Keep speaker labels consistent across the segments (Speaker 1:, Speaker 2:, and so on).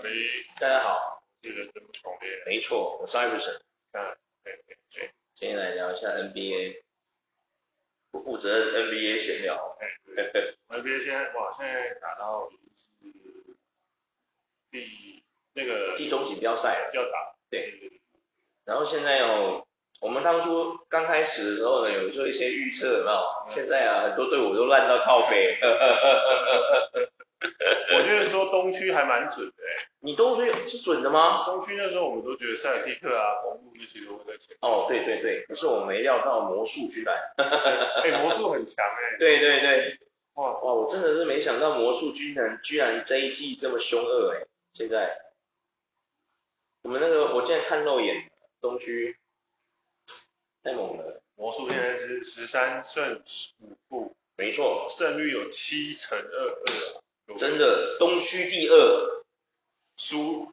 Speaker 1: 谁？
Speaker 2: 大家好，
Speaker 1: 这个这么强烈？
Speaker 2: 没错，我是啊艾弗森。
Speaker 1: 对对对，
Speaker 2: 今天来聊一下 NBA，不负责任 NBA 闲聊。
Speaker 1: 哎，对。NBA 现在哇，现在打到已经是第那个
Speaker 2: 季中锦标赛了，
Speaker 1: 要打，
Speaker 2: 对
Speaker 1: 对对，
Speaker 2: 然后现在哦，我们当初刚开始的时候呢，有做一些预测，有没有？
Speaker 1: 嗯
Speaker 2: 现在啊，很多队伍都烂到靠背。
Speaker 1: 我觉得说东区还蛮准的、欸，
Speaker 2: 你都说是准的吗？
Speaker 1: 东区那时候我们都觉得塞尔蒂克啊、红鹿那些都会在前
Speaker 2: 哦，对对对，可是我没料到魔术居然，
Speaker 1: 面，哎、魔术很强哎、
Speaker 2: 对对对，
Speaker 1: 哇，
Speaker 2: 哇，我真的是没想到魔术居然居然这一季这么凶恶哎、现在我们那个我现在看肉眼，东区太猛了，
Speaker 1: 魔术现在是十三胜五负，
Speaker 2: 没错，
Speaker 1: 胜率有七乘二二，
Speaker 2: 真的东区第二，
Speaker 1: 输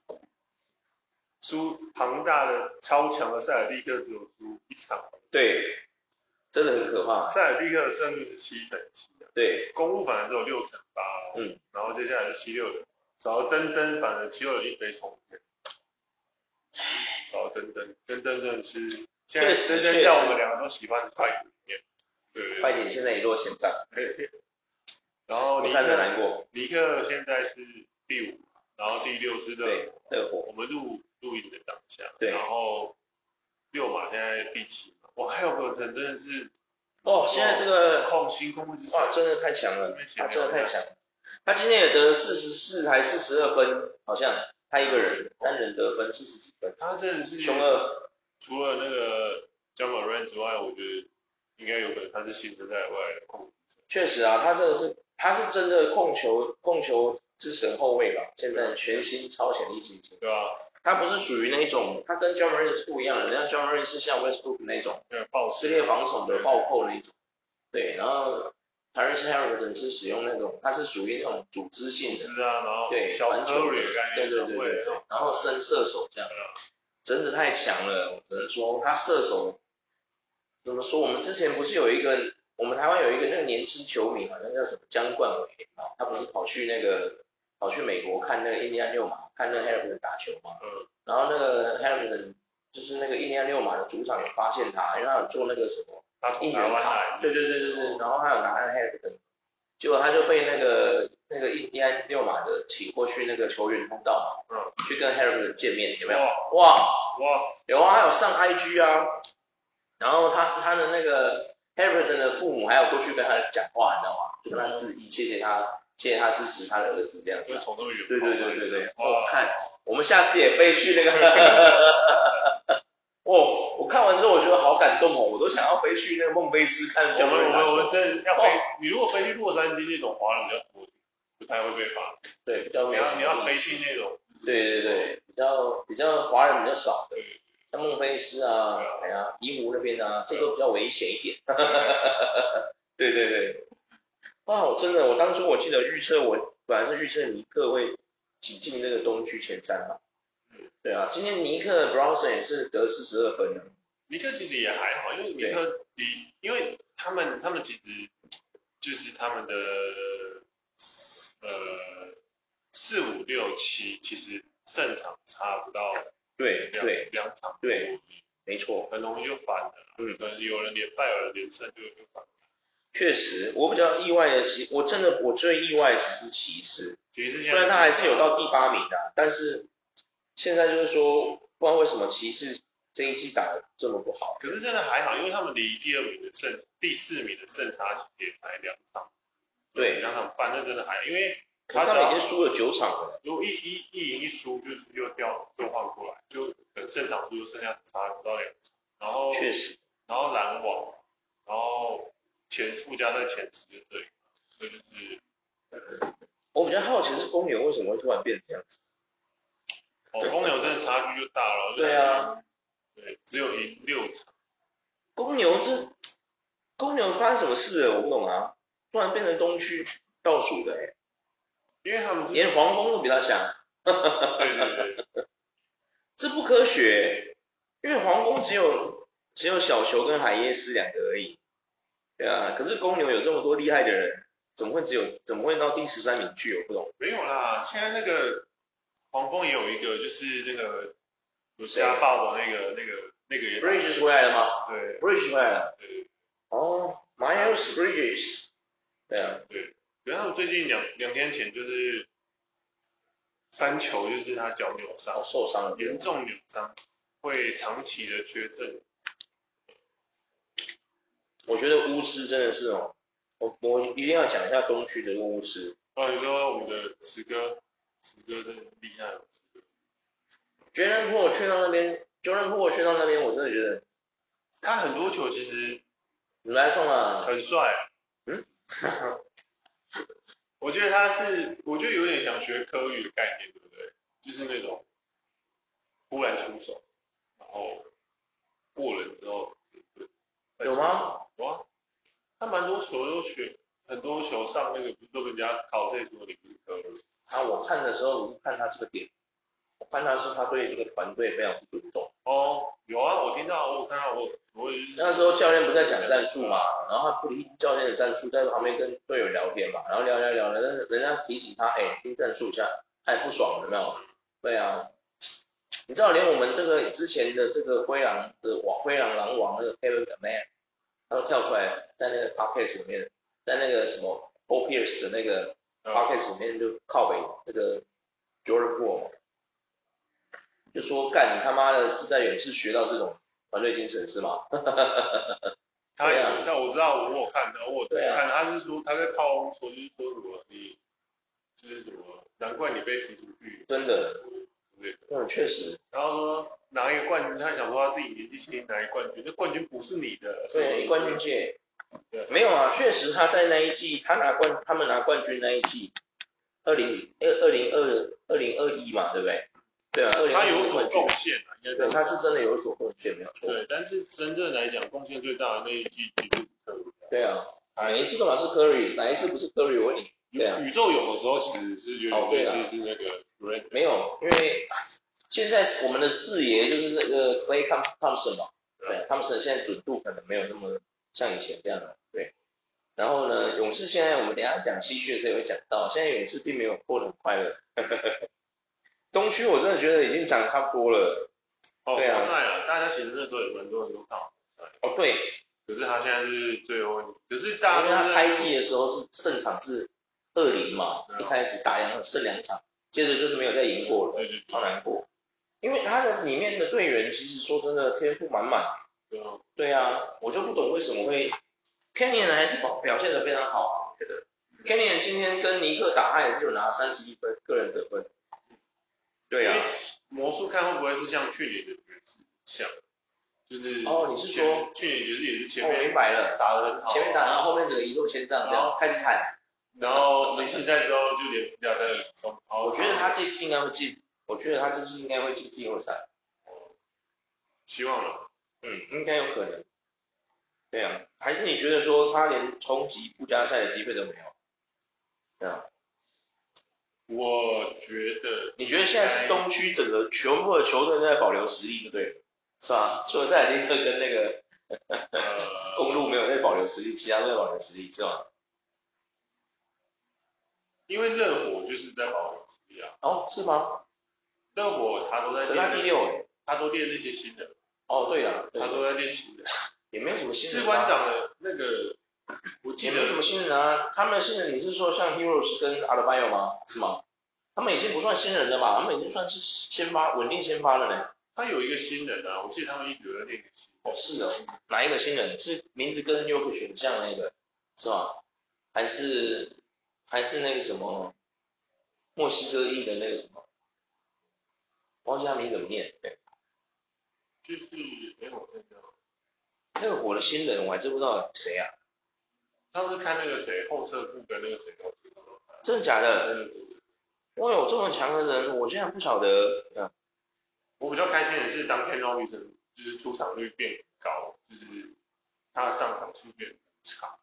Speaker 1: 输庞大的超强的塞尔蒂克只有输一场，
Speaker 2: 对，真的很可怕，
Speaker 1: 塞尔蒂克的胜率是七乘七啊，
Speaker 2: 对，
Speaker 1: 公路反而只有六乘八，
Speaker 2: 嗯，
Speaker 1: 然后接下来是七六人，少了登登反而七六人一飞冲天，少了登登，登登真的是现在
Speaker 2: 确实
Speaker 1: 登登在我们两个都喜欢的快艇里面，对
Speaker 2: 快点现在一落千丈，
Speaker 1: 对对，然后
Speaker 2: 我
Speaker 1: 尼
Speaker 2: 看着
Speaker 1: 克
Speaker 2: 难过，
Speaker 1: 尼克现在是第五，然后第六是热火
Speaker 2: 对，热火，
Speaker 1: 我们录录影的当下，
Speaker 2: 对
Speaker 1: 然后六马现在第七嘛，哇，还有个人真的是
Speaker 2: 哦，现在这个
Speaker 1: 控星空会是谁？
Speaker 2: 哇，真的太强了，他真的太强了。他今天也得了四十四还四十二分，好像他一个人单人得分四十几分，
Speaker 1: 他真的是
Speaker 2: 凶恶。
Speaker 1: 除了那个 j a m a r a n 之外，我觉得应该有可能他是新生代外的控
Speaker 2: 确实啊，他真的是他是真的控球控球之神后卫吧？现在全新超潜力新星，
Speaker 1: 对吧、啊？
Speaker 2: 他不是属于那种，他跟 John m o r a n 是不一样的，人家 John m o r a n 是像 Westbrook 那种
Speaker 1: 那个暴
Speaker 2: 撕裂防守的暴扣那种，对，然后 Tyrese Halliburton 是使用那种，他是属于那种组织性的。
Speaker 1: 是啊，然后
Speaker 2: 对，
Speaker 1: 小
Speaker 2: 传
Speaker 1: 科
Speaker 2: 球的
Speaker 1: 瑞的概
Speaker 2: 对
Speaker 1: 念
Speaker 2: 对对对对，然后升射手这样
Speaker 1: 嗯，
Speaker 2: 真的太强了，我只能说他射手怎么说？我们之前不是有一个，我们台湾有一个那个年轻球迷，好像叫什么江冠伟啊，他不是跑去那个跑去美国看那个印第安六马，看那个 Hamilton 打球嘛，
Speaker 1: 嗯，
Speaker 2: 然后那个 Hamilton 就是那个印第安六马的主场有发现他，因为他有做那个什么。
Speaker 1: 他从
Speaker 2: 应
Speaker 1: 台
Speaker 2: 援
Speaker 1: 湾
Speaker 2: 卡
Speaker 1: 来，，
Speaker 2: 对对对对
Speaker 1: 哦
Speaker 2: 对，然后他有拿那 h a 的，结果他就被那个那个印第安六马的请过去那个球员通道
Speaker 1: 嗯
Speaker 2: 嘛，
Speaker 1: 哦
Speaker 2: 去跟 Harry 见面，有没有？
Speaker 1: 哇
Speaker 2: 哇，
Speaker 1: 哇，
Speaker 2: 有啊，他有上 IG 啊，然后他他的那个 Harry 的父母还有过去跟他讲话，你知道吗？就跟他致意，谢谢他，谢谢他支持他的儿子这样
Speaker 1: 就
Speaker 2: 子。
Speaker 1: 从这么远
Speaker 2: 对对对对对，哦我
Speaker 1: 哇，
Speaker 2: 看我们下次也飞去那个， 哦，我看完之后我觉得好感动哦，我都想要飞去那个孟菲斯看
Speaker 1: 我
Speaker 2: 江
Speaker 1: 们
Speaker 2: 瑞
Speaker 1: 我
Speaker 2: 打
Speaker 1: 们
Speaker 2: 球
Speaker 1: 我们真的要飞
Speaker 2: 哦，
Speaker 1: 你如果飞去洛杉矶那种华人比较多，不太会被罚。
Speaker 2: 对，比较
Speaker 1: 你
Speaker 2: 没有
Speaker 1: 要你要飞去那 种，
Speaker 2: 对对对，比较比较华人比较少的
Speaker 1: 对，
Speaker 2: 像孟菲斯啊
Speaker 1: 对啊，
Speaker 2: 哎呀，宜湖那边啊，这都比较危险一点。
Speaker 1: 对
Speaker 2: 对对对，哇，我真的，我当初我记得预测，我本来是预测尼克会挤进那个东区前三嘛
Speaker 1: 嗯。
Speaker 2: 对啊，今天尼克 Bronson 也是得四十二分了。啊
Speaker 1: 尼克其实也还好，因为尼克比因为他们他们其实就是他们的呃四五六七其实胜场差不到
Speaker 2: 对
Speaker 1: 两
Speaker 2: 对，
Speaker 1: 两场，
Speaker 2: 对，没错，
Speaker 1: 很容易就反了，
Speaker 2: 嗯
Speaker 1: 可能有人连败，有人连胜就就反了。
Speaker 2: 确实，我比较意外的是，我真的我最意外的是骑士，
Speaker 1: 其实
Speaker 2: 虽然他还是有到第八名的、但是现在就是说，不知道为什么骑士这一季打得这么不好。
Speaker 1: 可是真的还好，因为他们离第二名的胜、第四名的胜差也才两场，
Speaker 2: 对
Speaker 1: 两场半，那真的还好，因为
Speaker 2: 可是他们已经输了九场了，
Speaker 1: 如果一一一赢一输，就是又掉又换过来，就可能胜场数就剩下差不到两场，然后
Speaker 2: 确实。
Speaker 1: 然后篮网，然后前附加在前十就这里，所以就是
Speaker 2: 我比较好奇是公牛为什么会突然变这样子？
Speaker 1: 哦，公牛真的差距就大了，
Speaker 2: 对啊，
Speaker 1: 对，只有赢六场，
Speaker 2: 公牛这公牛发生什么事了？我不懂啊，突然变成东区倒数的、欸，
Speaker 1: 因为他们是
Speaker 2: 连黄蜂都比他强，
Speaker 1: 对对对，
Speaker 2: 这不科学、因为黄蜂只有只有小球跟海耶斯两个而已。对啊，可是公牛有这么多厉害的人，怎么会只有怎么会到第十三名去？我不懂。
Speaker 1: 没有啦，现在那个黄蜂也有一个就是那个有家暴的那个那个那个也打
Speaker 2: Bridges 回来了吗
Speaker 1: 对
Speaker 2: ？Bridges 回来了。
Speaker 1: 对
Speaker 2: 哦，Miles Bridges。对啊，
Speaker 1: 对，然后最近两两天前就是三球就是他脚扭伤
Speaker 2: 哦，，受伤了。
Speaker 1: 严重扭伤，会长期的缺阵。
Speaker 2: 我觉得巫师真的是哦，我我一定要讲一下东区的巫师，
Speaker 1: 哦，你说我们的池哥，池哥真的很厉害，哦
Speaker 2: 觉得如果去到那边，就让如果去到那边，我真的觉得
Speaker 1: 他很多球其实
Speaker 2: 你来送啊，
Speaker 1: 很帅。
Speaker 2: 嗯，
Speaker 1: 我觉得他是，我觉得有点想学科宇的概念，对不对？就是那种忽然出手，然后过人之后，
Speaker 2: 有吗？
Speaker 1: 有啊，他蛮多球都学，很多球上那个不是都被人家考这说你不是科宇，
Speaker 2: 啊，我看的时候，我是看他这个点，我看他是他对这个团队非常不尊重。
Speaker 1: 哦，有啊，我听到，我有看到，我我也是
Speaker 2: 那时候教练不在讲战术嘛，然后他不理教练的战术，在旁边跟队友聊天嘛，然后聊聊聊，人家人家提醒他，哎、听战术一下，他也不爽有没有？对啊，你知道连我们这个之前的这个灰狼的王灰狼狼王那个 Kevin g a m a n 他都跳出来在那个 podcast 里面，在那个什么 O p i e r c e 的那个
Speaker 1: 嗯
Speaker 2: podcast 里面就靠北那个 Jordan p o o l 就说干你他妈的是在远是学到这种团队精神是吗？
Speaker 1: 他
Speaker 2: 对
Speaker 1: 有
Speaker 2: 啊，
Speaker 1: 但我知道我有看到，我有
Speaker 2: 对啊
Speaker 1: 看他是说他在炮轰说就是说什么你就是什么，难怪你被踢出去，
Speaker 2: 真的
Speaker 1: 对。
Speaker 2: 嗯，确实，
Speaker 1: 然后说拿一个冠军，他想说他自己年纪轻拿一冠军，那冠军不是你的，
Speaker 2: 对冠军界
Speaker 1: 对
Speaker 2: 没有啊，确实他在那一季他拿冠，他们拿冠军那一季，二零二二零二二零二一嘛，对不对？对啊，二零
Speaker 1: 他有
Speaker 2: 二
Speaker 1: 所
Speaker 2: 一
Speaker 1: 贡献啊，应该这
Speaker 2: 对，
Speaker 1: 样
Speaker 2: 他是真的有所贡献，没有错。
Speaker 1: 对，但是真正来讲，贡献最大的那一季其实
Speaker 2: 对啊，哪一次都嘛是 Curry，哪一次不是 Curry？我问你，对啊
Speaker 1: 是宇宙泳的时候其实是有
Speaker 2: 哦
Speaker 1: 点
Speaker 2: 对
Speaker 1: 类
Speaker 2: 啊
Speaker 1: 似是那个 Grant，
Speaker 2: 没有，因为现在我们的视野就是那个 Clay Thom- Thompson 嘛，对，Thompson 现在准度可能没有那么像以前这样了，对。然后呢，勇士现在我们等一下讲西区的时候也会讲到，现在勇士并没有过得很快乐。 东区我真的觉得已经讲差不多了。
Speaker 1: 哦，
Speaker 2: 对啊
Speaker 1: 活塞啊，大家其实那时候也蛮多人都看好，
Speaker 2: 哦，对，
Speaker 1: 可是他现在是最后，可是大
Speaker 2: 因
Speaker 1: 家都
Speaker 2: 为他
Speaker 1: 是
Speaker 2: 开季的时候是胜场是二零嘛，
Speaker 1: 嗯
Speaker 2: 一开始打两胜两场，接着就是没有再赢过了，
Speaker 1: 对对
Speaker 2: 超
Speaker 1: 对，
Speaker 2: 难过。因为他的里面的队员其实说真的天赋满满，
Speaker 1: 对啊。
Speaker 2: 对啊，我就不懂为什么会 Kenyon 还是表表现得非常好啊，我觉得 Kenyon 今天跟尼克打，他也是有拿三十一分个人得分。对啊，，
Speaker 1: 魔术看会不会是像去年的爵士像，就是
Speaker 2: 哦你是
Speaker 1: 前面
Speaker 2: 说
Speaker 1: 去年爵士也是前
Speaker 2: 哦我明
Speaker 1: 面
Speaker 2: 白了，
Speaker 1: 打得很好，啊
Speaker 2: 前面打，然后后面整个一落千丈，这样开始砍。
Speaker 1: 然后没现在之后就连附加赛都冲，
Speaker 2: 我
Speaker 1: 我
Speaker 2: 觉得他这次应该会进，我觉得他这次应该会进季后赛，
Speaker 1: 希望了，
Speaker 2: 嗯，应该有可能。对啊，还是你觉得说他连冲击附加赛的机会都没有？对啊，
Speaker 1: 我觉得
Speaker 2: 你觉得现在是东区整个全部的球队都在保留实力，对不对？是啊吧？除了塞尔蒂克跟那个
Speaker 1: 呃，
Speaker 2: 公路没有在保留实力，其他都在保留实力，是吧？
Speaker 1: 因为热火就是在保留实力啊，
Speaker 2: 哦，是吗？
Speaker 1: 热火他都在
Speaker 2: 可是
Speaker 1: 练
Speaker 2: 他第六哎。
Speaker 1: 他都练那些新的，
Speaker 2: 哦，对了，
Speaker 1: 他
Speaker 2: 他
Speaker 1: 都
Speaker 2: 说
Speaker 1: 在练新的，
Speaker 2: 也没有什么新
Speaker 1: 士
Speaker 2: 人
Speaker 1: 官
Speaker 2: 啊，
Speaker 1: 长的那个，我记
Speaker 2: 也没有什
Speaker 1: 得
Speaker 2: 么新人啊。他们的新人，你是说像 Heroes 跟阿德巴约吗？是吗？他们已经不算新人了吧？他们已经算是先发稳定先发了呢。
Speaker 1: 他有一个新人啊，我记得他们一直有在练一个新人，
Speaker 2: 哦，是哦，哪一个新人？是名字跟 y o k 选项那个是吧？还是还是那个什么墨西哥裔的那个什么？忘记他名字怎么念。哎对，
Speaker 1: 就是哎我看一下。
Speaker 2: 那个火的新人我还真不知道谁啊，
Speaker 1: 上次看那个谁后撤步跟那个谁，我觉得
Speaker 2: 真的假的？
Speaker 1: 呃
Speaker 2: 我有这么强的人，我竟然不晓得。嗯，
Speaker 1: 我比较开心的是当天 Robinson 就是出场率变高，就是他的上场数变差，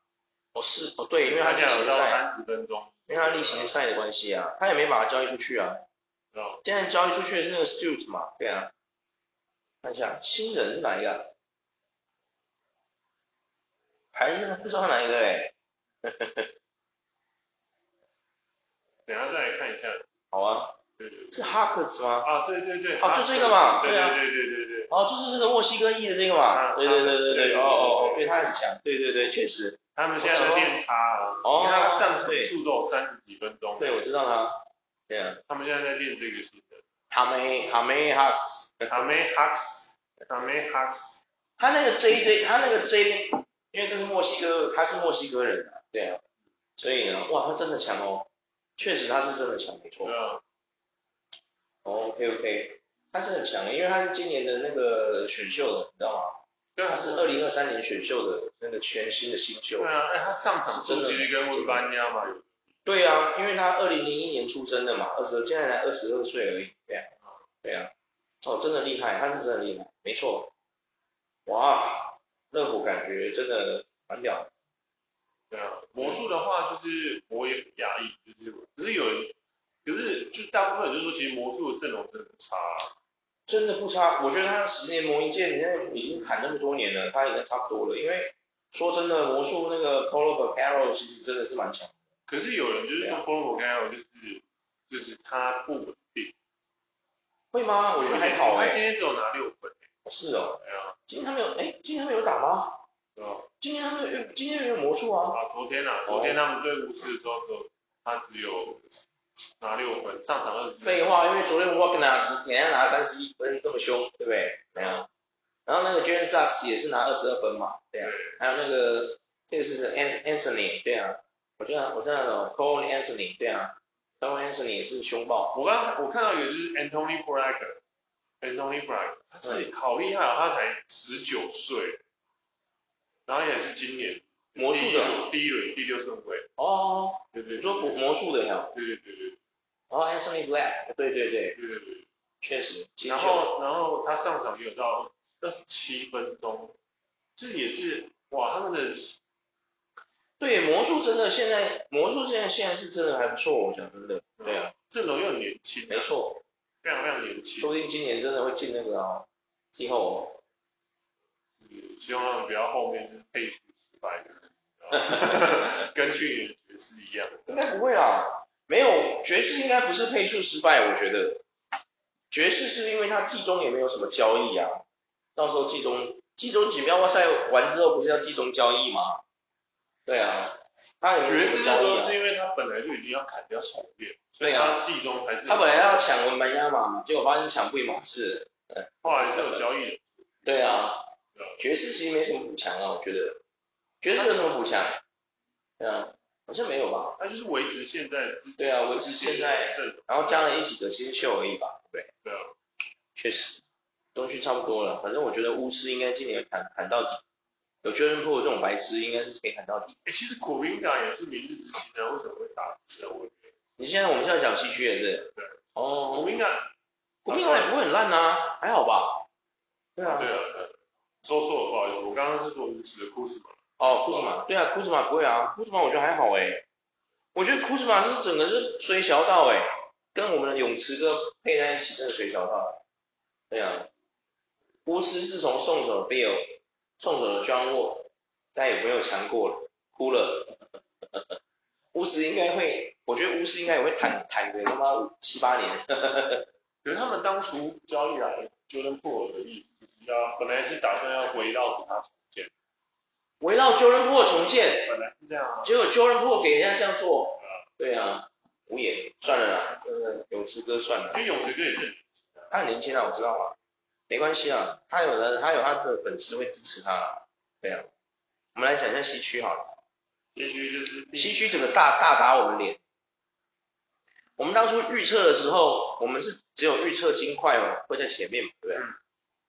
Speaker 2: 哦是哦对，因为他
Speaker 1: 他现
Speaker 2: 例
Speaker 1: 在有
Speaker 2: 行
Speaker 1: 到
Speaker 2: 赛，
Speaker 1: 三十分钟，
Speaker 2: 因为他例行赛的关系啊，他也没把他交易出去啊。
Speaker 1: 然后
Speaker 2: 现在交易出去的是那个 Stute 嘛？对啊。看一下新人是哪一个啊？还是不知道哪一个哎、
Speaker 1: 等一下再来看一下，
Speaker 2: 好啊，
Speaker 1: 对对对
Speaker 2: 是哈克斯吗？
Speaker 1: 啊，对对对，
Speaker 2: 哦就这个嘛
Speaker 1: 对
Speaker 2: 对啊
Speaker 1: 对对对对对，
Speaker 2: 哦，就是这个墨西哥裔的这个嘛，
Speaker 1: 啊
Speaker 2: 对对对对
Speaker 1: 对
Speaker 2: 对，
Speaker 1: 对
Speaker 2: 哦哦哦，对他很强，对对对，确实，
Speaker 1: 他们现在在练他啊，
Speaker 2: 哦
Speaker 1: 因为他上场速度有三十几分钟，
Speaker 2: 对我知道他，对啊，
Speaker 1: 他们现在在练这个新的，
Speaker 2: 哈梅哈梅哈克斯，
Speaker 1: 哈梅哈克斯，哈梅哈克斯，
Speaker 2: 他那个 J J，他那个 J，因为这是墨西哥，他是墨西哥人啊，对啊，所以呢，哇，他真的强哦，确实他是真的强，没错
Speaker 1: 对。啊，
Speaker 2: 哦，OK OK，他是很强欸的，因为他是今年的那个选秀的，你知道吗？
Speaker 1: 对啊
Speaker 2: 他，是二零二三年选秀的那个全新的新秀
Speaker 1: 对。啊，哎，他上场数其实跟温班亚嘛有，
Speaker 2: 对啊，因为他二零零一年出生的嘛，二十，现在才二十二岁而已，对啊，对啊，哦，真的厉害，他是真的厉害，没错。哇，热火感觉真的蛮屌的，
Speaker 1: 对啊，魔术的话就是我也很压抑，就是可是有人，可是就大部分人就说其实魔术的阵容真的不差啊，
Speaker 2: 真的不差。我觉得他十年磨一剑，你看已经砍那么多年了，他已经差不多了。因为说真的，魔术那个 Polo 和 Carol 其实真的是蛮强的。
Speaker 1: 可是有人
Speaker 2: 啊
Speaker 1: 就是说 p o l o g a l 就是就是他不稳定，
Speaker 2: 会吗？我觉得还好哎、
Speaker 1: 他今天只有拿六分，
Speaker 2: 是哦，
Speaker 1: 哎呀，
Speaker 2: 今天他们有哎、今天他们有打吗？
Speaker 1: 对吧？
Speaker 2: 今天他们有，今天没有魔术啊。
Speaker 1: 啊，昨天啊，昨天他们对巫师的时候，他只有拿六分，上场二十分。
Speaker 2: 废话，因为昨天 Wagner 人家拿三十一分这么凶，对不对？没有。然后那个 Jalen Suggs 也是拿二十二分嘛，对啊。还有那个这个是谁 An Anthony，对啊。我这样我这样的 Cole Anthony，对啊。Cole Anthony 也是凶暴，
Speaker 1: 我刚刚我看到有就是 Anthony Bragg，Anthony Bragg，他
Speaker 2: 嗯
Speaker 1: 是好厉害、哦，他才十九岁，然后也是今年
Speaker 2: 魔术的。
Speaker 1: 第一轮第六顺位，
Speaker 2: 哦，
Speaker 1: 对对对
Speaker 2: 你说魔魔术的呀？
Speaker 1: 对对对对
Speaker 2: 哦，Anthony Black，对对对，
Speaker 1: 对对对。
Speaker 2: 确实。新秀
Speaker 1: 然后然后他上场也有到二十七分钟，这也是哇，他们的
Speaker 2: 对魔术真的现在魔术现在现在是真的还不错，我讲真的。对啊，
Speaker 1: 阵容又很年轻、啊
Speaker 2: 没错。
Speaker 1: 非常非常年轻
Speaker 2: 说。不定今年真的会进那个哦，季后哦。
Speaker 1: 希望他们不要后面就是配出失败的人，跟去年爵士一样。
Speaker 2: 应该不会啊啦，没有爵士应该不是配速失败，我觉得爵士是因为他季中也没有什么交易啊，到时候季中季中锦标赛完之后不是要季中交易吗？对啊，他也没
Speaker 1: 爵
Speaker 2: 有什
Speaker 1: 士
Speaker 2: 么
Speaker 1: 那
Speaker 2: 交
Speaker 1: 时候
Speaker 2: 易
Speaker 1: 是
Speaker 2: 啊，
Speaker 1: 因为他本来就已经要砍掉重练，所以
Speaker 2: 对啊
Speaker 1: 他季中还是
Speaker 2: 他本来要抢文班亚马，结果发现抢不赢马刺，
Speaker 1: 后来是有交易的，
Speaker 2: 对啊，爵士其实没什么补强啊，我觉得爵士有什么补强？对啊，好像没有吧，
Speaker 1: 他就是维持现在的自己
Speaker 2: 对啊维持现在
Speaker 1: 阵容，
Speaker 2: 然后加了一几个新秀而已吧，对不对？
Speaker 1: 对啊，
Speaker 2: 确实，东区差不多了。反正我觉得巫师应该今年砍砍到底，有 j o r d 这种白痴应该是可以砍到底。
Speaker 1: 哎，其实 k o r i n g a 也是明日之星啊，为什么会打死啊？我觉得
Speaker 2: 你现在我们现在讲西区也是，
Speaker 1: 对，
Speaker 2: 哦，
Speaker 1: k o r i n g a
Speaker 2: 国民党也不会很烂啊，还好吧？对
Speaker 1: 对啊
Speaker 2: 啊，
Speaker 1: 对啊，说错了，不好意思，我刚刚是说巫师的库斯马，
Speaker 2: 哦，库兹马，对啊，库兹马不会啊，库兹马我觉得还好诶、我觉得库兹马是整个是衰小到诶、跟我们的泳池哥配在一起真的衰小到了。对啊，巫师自从送走了 Bill，送走了 John Wall，再也没有强过了，哭了。巫师应该会，我觉得巫师应该也会坦坦个他妈五七八年。
Speaker 1: 可是他们当初交易来 Jordan Poole 的意思就是要，本来是打算要围绕着他重建，
Speaker 2: 围绕 Jordan p o o 重建，
Speaker 1: 本来是这样啊。
Speaker 2: 结果 Jordan p o o 给人家这样做，对啊，无也算了啦，呃，泳池哥算了
Speaker 1: 因。为泳池哥也是，
Speaker 2: 他很年轻啊，我知道啊，没关系啊，他有人，他有他的粉丝会支持他啊，对啊。我们来讲一下西区好了，
Speaker 1: 也许就是第
Speaker 2: 西区整个大大打我们脸。我们当初预测的时候，我们是只有预测金块嘛，会在前面嘛，对不对
Speaker 1: 嗯？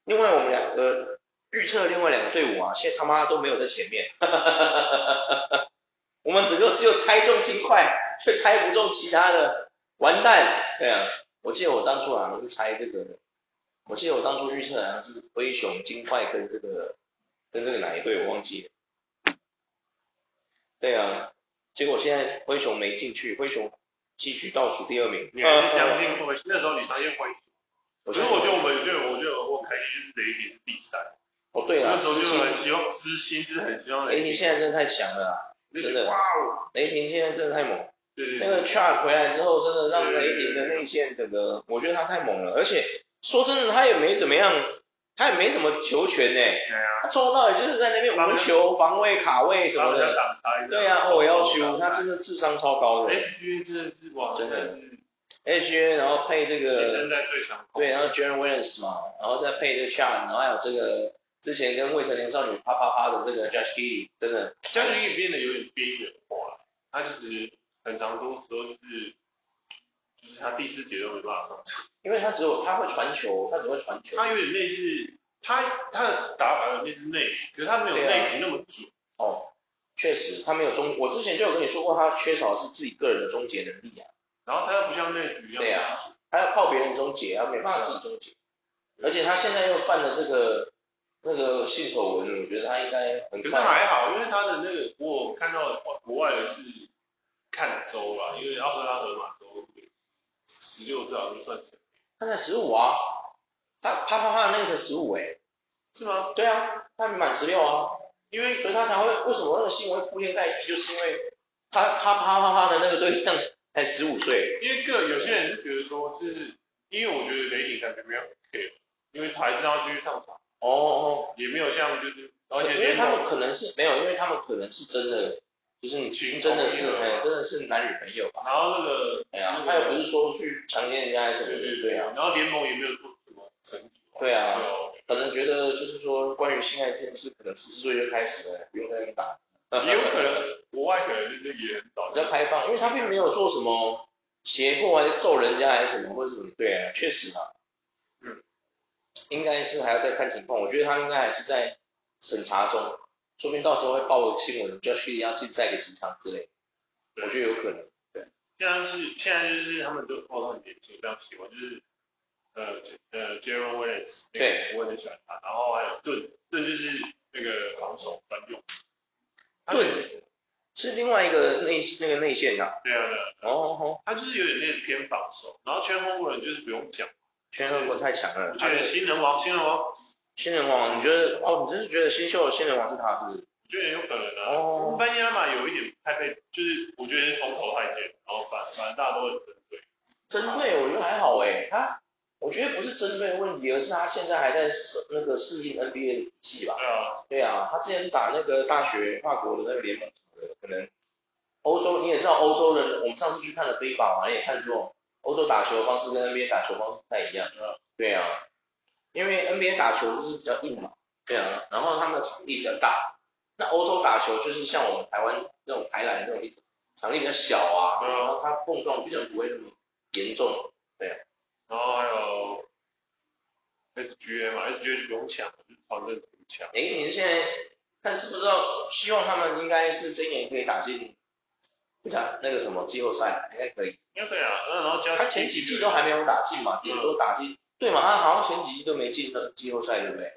Speaker 2: 另外我们两个预测另外两个队伍啊，现在他妈都没有在前面， 我们只有只有猜中金块，却猜不中其他的，完蛋，对啊。我记得我当初好像是猜这个，我记得我当初预测好像是灰熊、金块跟这个跟这个哪一队我忘记了。对啊，结果现在灰熊没进去，灰熊继续倒数第二名。
Speaker 1: 你还是相信灰那时候你相信灰熊，
Speaker 2: 我
Speaker 1: 啊可是我觉得我们就我觉得我开心就是雷霆是第三，
Speaker 2: 哦对了，
Speaker 1: 那时候就很希望私心就是很希望
Speaker 2: 雷
Speaker 1: 雷
Speaker 2: 霆
Speaker 1: 霆，
Speaker 2: 现在真的太强了啊，
Speaker 1: 那
Speaker 2: 真的
Speaker 1: 哇哦，
Speaker 2: 雷霆现在真的太猛。
Speaker 1: 对对
Speaker 2: 那
Speaker 1: 对
Speaker 2: 个 Char 回来之后，真的让
Speaker 1: 对
Speaker 2: 雷霆的内线整个，我觉得他太猛了，而且说真的，他也没怎么样，他也没什么球权呢、
Speaker 1: 对啊，
Speaker 2: 他从头到尾就是在那边无球、防卫、卡位什
Speaker 1: 他
Speaker 2: 么
Speaker 1: 们要
Speaker 2: 的。
Speaker 1: 挡拆的。
Speaker 2: 对啊，哦，我要求他真的智商超高的
Speaker 1: H G 真的哎是哇，
Speaker 2: 真的
Speaker 1: 是
Speaker 2: ，H A，然后配这
Speaker 1: 新
Speaker 2: 个
Speaker 1: 生代最强控。
Speaker 2: 对，然后 Jaren Williams 嘛，然后再配这个 Char，然后还有这个之前跟未成年少女啪啪啪的这个 Josh Giddey，真的
Speaker 1: 家庭也变得有点边缘化了，他就是很长多时候就是就是他第四节都没办法上场，
Speaker 2: 因为他只有他会传球，他只会传球。
Speaker 1: 他有点类似他他的打法有点类似内举，可是他没有
Speaker 2: 对啊
Speaker 1: 内举那么准，
Speaker 2: 哦，确实他没有终，我之前就有跟你说过，他缺少的是自己个人的终结能力啊，
Speaker 1: 然后他又不像内举一样
Speaker 2: 对啊他要靠别人终结，他没办法自己终结。而且他现在又犯了这个那个性丑闻，我觉得他应该很
Speaker 1: 可是
Speaker 2: 快。
Speaker 1: 还好，因为他的那个我看到的国外的是看州啦，因为奥克拉荷马州十六岁好像算成
Speaker 2: 他才十五啊，他啪啪啪的那个才十五哎，
Speaker 1: 是吗？
Speaker 2: 对啊，他满十六啊，
Speaker 1: 因为
Speaker 2: 所以他才会为什么那个新闻铺天盖地，就是因为他他啪啪啪的那个对象才十五岁，
Speaker 1: 因为个有些人就觉得说，就是因为我觉得雷霆感觉没有 care，因为他还是让他继续上场，
Speaker 2: 哦哦，
Speaker 1: 也没有像就是而且
Speaker 2: 因为
Speaker 1: 联
Speaker 2: 他
Speaker 1: 盟
Speaker 2: 们可能是没有，因为他们可能是真的就是你
Speaker 1: 情
Speaker 2: 真的
Speaker 1: 同
Speaker 2: 是
Speaker 1: 女儿
Speaker 2: 哎，真的是男女朋友吧？
Speaker 1: 然后那个
Speaker 2: 哎呀，他
Speaker 1: 那
Speaker 2: 又不
Speaker 1: 个
Speaker 2: 是说去强奸人家还是什
Speaker 1: 对
Speaker 2: 么
Speaker 1: 对
Speaker 2: 的，
Speaker 1: 对
Speaker 2: 对啊，
Speaker 1: 然后联盟也没有做什么成绩，
Speaker 2: 对
Speaker 1: 没
Speaker 2: 啊，
Speaker 1: 有
Speaker 2: 可能觉得就是说关于性爱这件事，可能十四岁就开始了，不用在那边打，
Speaker 1: 也有可能国外可能就是也很早
Speaker 2: 比
Speaker 1: 就
Speaker 2: 较开放，因为他并没有做什么胁迫还是揍人家还是什么或者什么，对啊，确实啊，
Speaker 1: 嗯，
Speaker 2: 应该是还要再看情况，我觉得他应该还是在审查中，说不定到时候会报新闻，就去要禁赛个几场之类的，我觉得有可能。
Speaker 1: 现在是现在就是他们都哦都很年轻，非常喜欢，就是呃呃 j e r o m Williams，那个
Speaker 2: 对
Speaker 1: 我也很喜欢他，然后还有盾，盾就是那个防守专用，他
Speaker 2: 盾
Speaker 1: 就是
Speaker 2: 是另外一个内那个内线啊。
Speaker 1: 对啊对啊，
Speaker 2: 哦哦，
Speaker 1: 他就是有点那个偏防守，然后圈后人就是不用讲，
Speaker 2: 全德国太强了
Speaker 1: 我。觉得新人王新人王，我
Speaker 2: 新人王，你觉得哦，你真是觉得新秀的新人王是他是不是？
Speaker 1: 觉得有可能啊。
Speaker 2: 哦
Speaker 1: 西，班牙嘛有一点太被，就是我觉得是风头太健，然后反反正大家都很针对。
Speaker 2: 针对我觉得还好诶，他我觉得不是针对的问题，而是他现在还在适那个适应 NBA 的体系吧。
Speaker 1: 对啊，
Speaker 2: 对啊，他之前打那个大学法国的那个联盟什么的，可能欧洲你也知道欧洲人，我们上次去看了非法嘛，你也看说欧洲打球的方式跟 NBA 打球方式不太一样
Speaker 1: 嗯。
Speaker 2: 对啊，因为 NBA 打球就是比较硬嘛，对啊，然后他们的场地比较大，那欧洲打球就是像我们台湾这种台篮这种场地比较小啊，
Speaker 1: 嗯
Speaker 2: 然后它碰撞比较不会那么严重。
Speaker 1: 然后还有 SGA 嘛，SGA 就不用抢，就是防阵很强。
Speaker 2: 哎，你现在看是不是要希望他们应该是今年可以打进，不讲那个什么季后赛，应该可以。
Speaker 1: 应该可以啊，那然后加
Speaker 2: 他前几季都还没有打进嘛，顶多打进，对嘛？他好像前几季都没进的季后赛，对不对？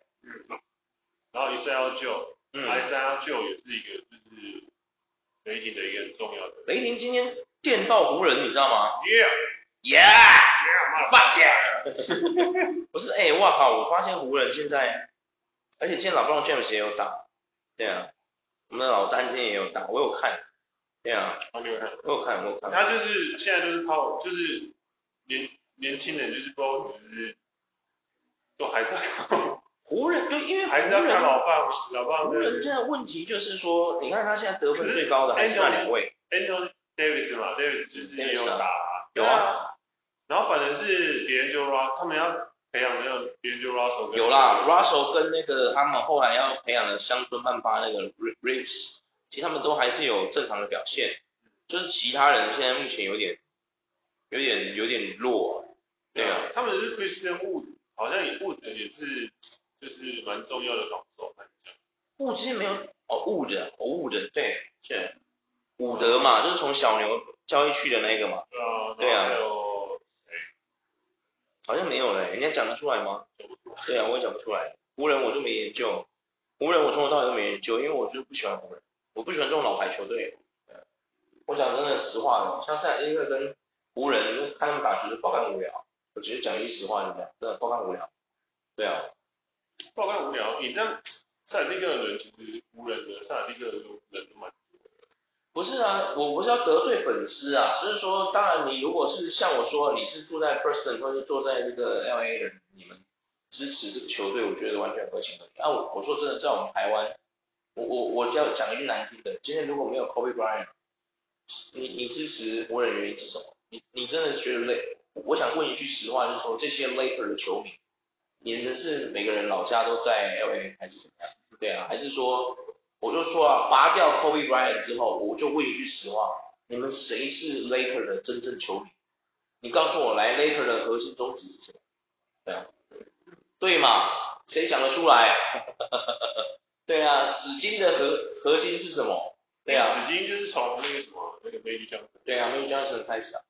Speaker 1: 然后一赛要救，埃
Speaker 2: 嗯，
Speaker 1: 塞要救也是一个就是雷霆的一个很重要的。
Speaker 2: 雷霆今天电到湖人，你知道吗
Speaker 1: Yeah，
Speaker 2: ？Yeah，fuck
Speaker 1: yeah，
Speaker 2: yeah！不 是，哎，哇靠！我发现湖人现在，而且今天老布朗 James 也有打，对啊，我们的老詹今天也有打，我有看，对啊，
Speaker 1: 我没有看，
Speaker 2: 我有看，我有看。
Speaker 1: 他就是现在就是靠就是年年轻人就是包括就是都还是要靠，
Speaker 2: 湖人对，因为
Speaker 1: 还是要
Speaker 2: 湖
Speaker 1: 看
Speaker 2: 人
Speaker 1: 老爸老爸
Speaker 2: 湖人
Speaker 1: 的
Speaker 2: 现在问题就是说，你看他现在得分最高的
Speaker 1: 可
Speaker 2: 还
Speaker 1: 是
Speaker 2: 是那两位，
Speaker 1: Anthony Davis 嘛，Davis 就是也有
Speaker 2: Davis 啊
Speaker 1: 打，
Speaker 2: 有
Speaker 1: 对
Speaker 2: 啊，
Speaker 1: 然后反正是别人就 Russ，他们要培养没有别人就 Russell 跟
Speaker 2: 有啦，Russell 跟那个他们后来要培养的乡村曼巴那个 Re- Reeves，其实他们都还是有正常的表现，就是其他人现在目前有点有点有点弱啊、对啊，，
Speaker 1: 他们是 Christian Wood，好像也 Wood 也是就是蛮重要的防守蛮强，
Speaker 2: 物之前没有哦，物的，哦物的，对，是伍德嘛，就是从小牛交易去的那个嘛，
Speaker 1: 对啊，
Speaker 2: 对啊
Speaker 1: 然后
Speaker 2: 好像没有嘞，人家讲得出来吗？
Speaker 1: 还有
Speaker 2: 对啊，我也讲不出来。湖人我就没研究，湖人我从头到尾都没研究，因为我就不喜欢湖人，我不喜欢这种老牌球队。我讲真的实话的，像塞尔蒂克跟湖人看他们打球就爆肝无聊，我直接讲一句实话，你讲真的爆肝无聊。对啊，
Speaker 1: 爆肝无聊，你这样塞尔蒂克的人其实湖人的塞尔蒂克的人都蛮多的，
Speaker 2: 不是啊，我不是要得罪粉丝啊，就是说，当然你如果是像我说，你是住在 Preston 或者住在这个 LA 的，你们支持这个球队，我觉得完全合情合理。啊，我我说真的，在我们台湾，我我我就要讲一句难听的，今天如果没有 Kobe Bryant，你你支持湖人的原因是什么？你你真的觉得累？我想问一句实话，就是说这些 Laker 的球迷，你们是每个人老家都在 LA 还是怎么样？对啊，还是说我就说啊，拔掉 Kobe Bryant 之后，我就问一句实话，你们谁是 Laker 的真正球迷？你告诉我来，Laker 的核心宗旨是什么？对啊，对嘛？谁想得出来、啊？ 对啊，纸巾的核核心是什么？对啊，
Speaker 1: 紫金就是从那个什么那个 Magic Johnson，
Speaker 2: 对啊 m a g i Johnson 开始啊。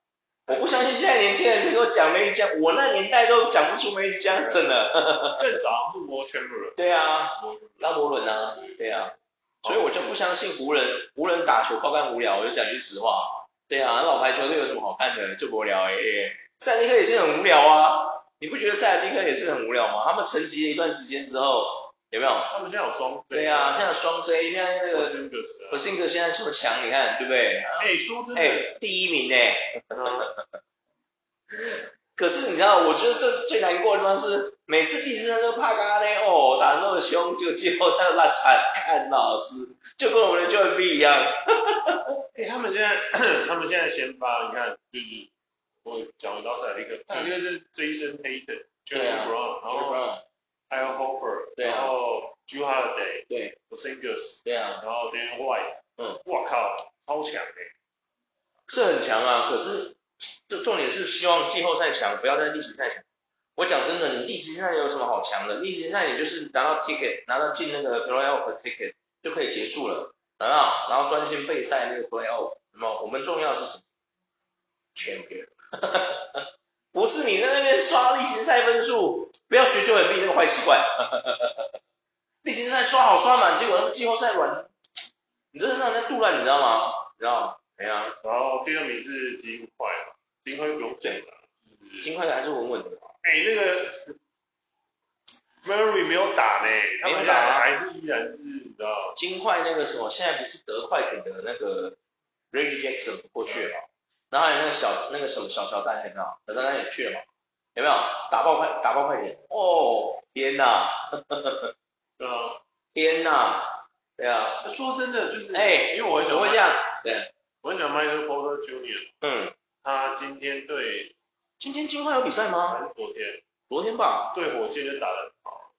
Speaker 2: 我不相信现在年轻人能够讲 m a g i Johnson，我那年代都讲不出 m a g i Johnson 了。
Speaker 1: 更早是 Wall Chamberlain，
Speaker 2: 对啊，
Speaker 1: Wall Chamberlain
Speaker 2: 张伯伦啊，对啊，所以我就不相信湖人，湖人打球爆干无聊，我就讲句实话，对啊，老牌球队有什么好看的？就无聊哎、欸，塞尔蒂克也是很无聊啊，你不觉得塞尔蒂克也是很无聊吗？他们沉寂了一段时间之后，有没有？
Speaker 1: 他们现在有双
Speaker 2: 对啊，现在双 J，现啊在那
Speaker 1: 有
Speaker 2: 个
Speaker 1: s i n g e s
Speaker 2: 我辛格现在这么强，你看对不对？
Speaker 1: 哎，说真
Speaker 2: 哎、
Speaker 1: 的，
Speaker 2: 第一名哎、
Speaker 1: 嗯
Speaker 2: 可是你知道，我觉得这最难过的地方是，每次第四场就怕嘎嘞哦，打得那么凶，就最后他烂惨，看老师就跟我们的 j o B 一 样，
Speaker 1: 哎，他们现在 他们现在先发，你看就是我讲回到塞尔蒂克，塞尔蒂克是 Jason Tatum、
Speaker 2: 嗯对
Speaker 1: Jalen
Speaker 2: 啊
Speaker 1: Brown，然后还有 Hofer，
Speaker 2: 对啊
Speaker 1: 然后 j u h a l d a y
Speaker 2: 对
Speaker 1: s i n g e s
Speaker 2: 对啊，
Speaker 1: 然后 Dan White，
Speaker 2: 嗯，
Speaker 1: 哇靠，超强哎，
Speaker 2: 是很强啊，可是这重点是希望季后赛强，不要在例行赛强。我讲真的，你例行赛有什么好强的？例行赛你就是拿到 ticket，拿到进那个 playoff 的 ticket 就可以结束了，然后然后专心备赛那个 playoff。那么我们重要的是什么？champion，不是你在那边刷例行赛分数，不要学九尾币那个坏习惯。 例行赛刷好刷满，结果那个季后赛软，你真的让人家杜乱，你知道吗？你知道吗？哎呀、
Speaker 1: 然后第二名是金块嘛，金块就不用讲了，就是
Speaker 2: 金块还是稳稳的，
Speaker 1: 哎、那个 Murray 没有打呢，他们
Speaker 2: 没有
Speaker 1: 现
Speaker 2: 打
Speaker 1: 在
Speaker 2: 啊
Speaker 1: 还是依然是你知道，
Speaker 2: 金块那个什么，现在不是得快艇的那个 Reggie Jackson 过去了嘛，然后还有那个小那个什么小乔丹有没有？小乔丹也去了嘛？有没有打爆快打爆快点？哦，天哪，
Speaker 1: 对啊。
Speaker 2: 天哪，对啊，
Speaker 1: 说真的，就是
Speaker 2: 哎
Speaker 1: 因为我很喜
Speaker 2: 怎么
Speaker 1: 欢
Speaker 2: 会这，样？对，
Speaker 1: 我很喜欢 Michael Porter Jr.，
Speaker 2: 嗯，
Speaker 1: 他今天对
Speaker 2: 今天金块有比赛吗？
Speaker 1: 还是昨天
Speaker 2: 昨天吧，
Speaker 1: 对火箭就打得很好，